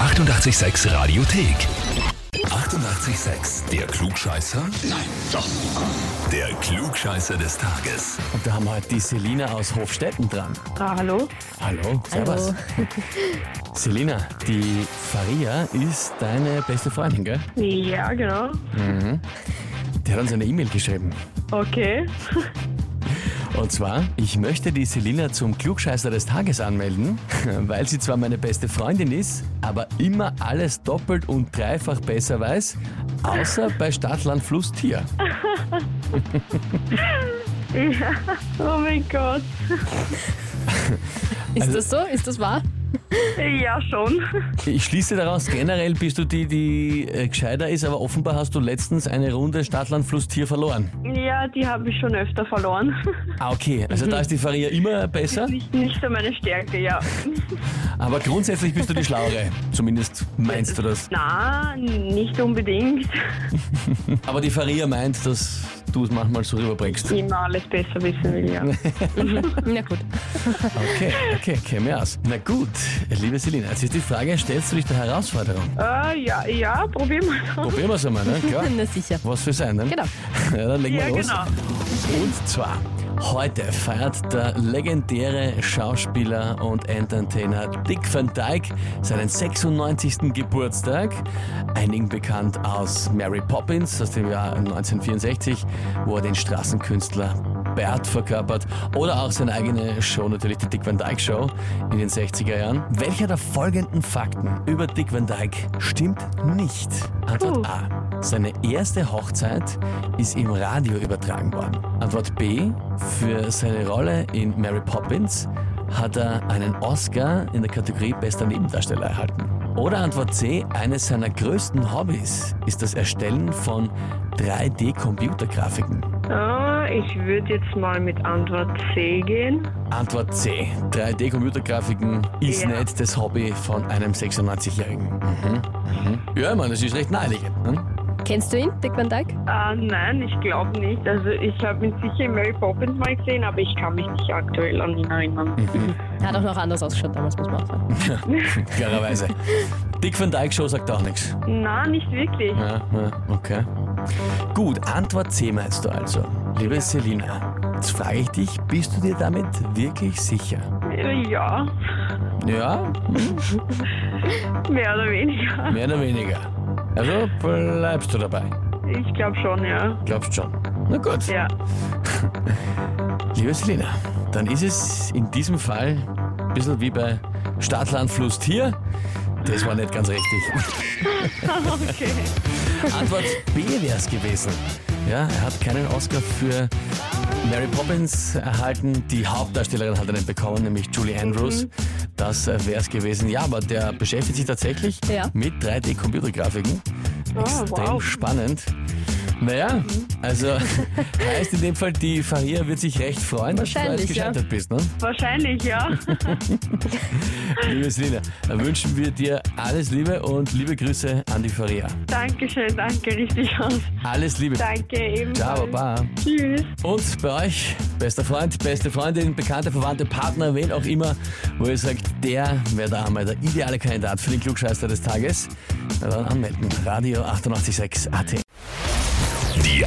886 Radiothek. 88,6. Der Klugscheißer? Nein, doch. Der Klugscheißer des Tages. Und da haben wir heute die Selina aus Hofstetten dran. Ah, hallo? Hallo, servus. Selina, die Faria ist deine beste Freundin, gell? Ja, genau. Die hat uns eine E-Mail geschrieben. Okay. Und zwar, ich möchte die Selina zum Klugscheißer des Tages anmelden, weil sie zwar meine beste Freundin ist, aber immer alles doppelt und dreifach besser weiß, außer bei Stadt, Land, Fluss, Tier. Ja. Oh mein Gott. Ist das so? Ist das wahr? Ja, schon. Ich schließe daraus, generell bist du die, die äh, gescheiter ist, aber offenbar hast du letztens eine Runde Stadt, Land, Fluss, Tier verloren. Ja, die habe ich schon öfter verloren. Ah, okay. Also da ist die Faria immer besser, Nicht, nicht so meine Stärke, ja. aber grundsätzlich bist du die Schlauere. Zumindest meinst du das. Na, nicht unbedingt. Aber die Faria meint, dass du es manchmal so rüberbringst. Immer alles besser wissen will, ja. Na gut. Okay, okay, käme mir aus. Na gut, liebe Selina, jetzt ist die Frage, stellst du dich der Herausforderung? Äh, ja, ja, probier mal. Probieren wir es einmal, ne? Klar. Na sicher. Was wir sein, ne? Genau. Ja, dann legen wir Ja, los. genau. Und zwar, heute feiert der legendäre Schauspieler und Entertainer Dick Van Dyke seinen 96. Geburtstag. Einigen bekannt aus Mary Poppins aus dem Jahr 1964, wo er den Straßenkünstler Bert verkörpert oder auch seine eigene Show, natürlich die Dick Van Dyke Show in den 60er Jahren. Welcher der folgenden Fakten über Dick Van Dyke stimmt nicht? Antwort Puh. A. Seine erste Hochzeit ist im Radio übertragen worden. Antwort B. Für seine Rolle in Mary Poppins hat er einen Oscar in der Kategorie Bester Nebendarsteller erhalten. Oder Antwort C. Eines seiner größten Hobbys ist das Erstellen von 3D-Computergrafiken. Äh, ich würde jetzt mal mit Antwort C gehen. Antwort C. 3D-Computergrafiken ist Ja. nicht das Hobby von einem 96-Jährigen. Mhm. Mhm. Ja, ich meine, das ist recht naheliegend. Ne? Kennst du ihn, Dick Van Dyke? Äh, nein, ich glaube nicht. Also ich habe ihn sicher in Mary Poppins mal gesehen, aber ich kann mich nicht aktuell an ihn erinnern. Er hat auch noch anders ausgeschaut damals, muss man auch sagen. Klarerweise. Dick Van Dyke Show sagt auch nichts. Na, nicht wirklich. Ja, ja, okay. Gut, Antwort C meinst du also. Liebe Selina, jetzt frage ich dich, bist du dir damit wirklich sicher? Äh, Ja, Ja, mehr oder weniger. mehr oder weniger. Also bleibst du dabei. Ich glaube schon, ja. Glaubst schon. Na gut. Ja. Liebe Selina, dann ist es in diesem Fall ein bisschen wie bei Stadt, Land, Fluss, Tier. Das war nicht ganz richtig. Okay. Antwort B wäre es gewesen. Ja, er hat keinen Oscar für Mary Poppins erhalten. Die Hauptdarstellerin hat er nicht bekommen, nämlich Julie Mhm. Andrews. Das wäre es gewesen. Ja, aber der beschäftigt sich tatsächlich Ja. mit 3D-Computergrafiken. Extrem Ah, wow. spannend. Naja, also heißt in dem Fall, die Faria wird sich recht freuen, dass du Wahrscheinlich, jetzt ja. gescheitert bist. Ne? Wahrscheinlich, ja. Liebe Selina, dann wünschen wir dir alles Liebe und liebe Grüße an die Faria. Dankeschön, danke, richtig aus. Alles Liebe. Danke, eben. Ciao, baba. Tschüss. Und bei euch, bester Freund, beste Freundin, bekannte, verwandte Partner, wen auch immer, wo ihr sagt, der wäre da einmal der ideale Kandidat für den Klugscheißer des Tages, na dann anmelden. Radio 886 AT. Die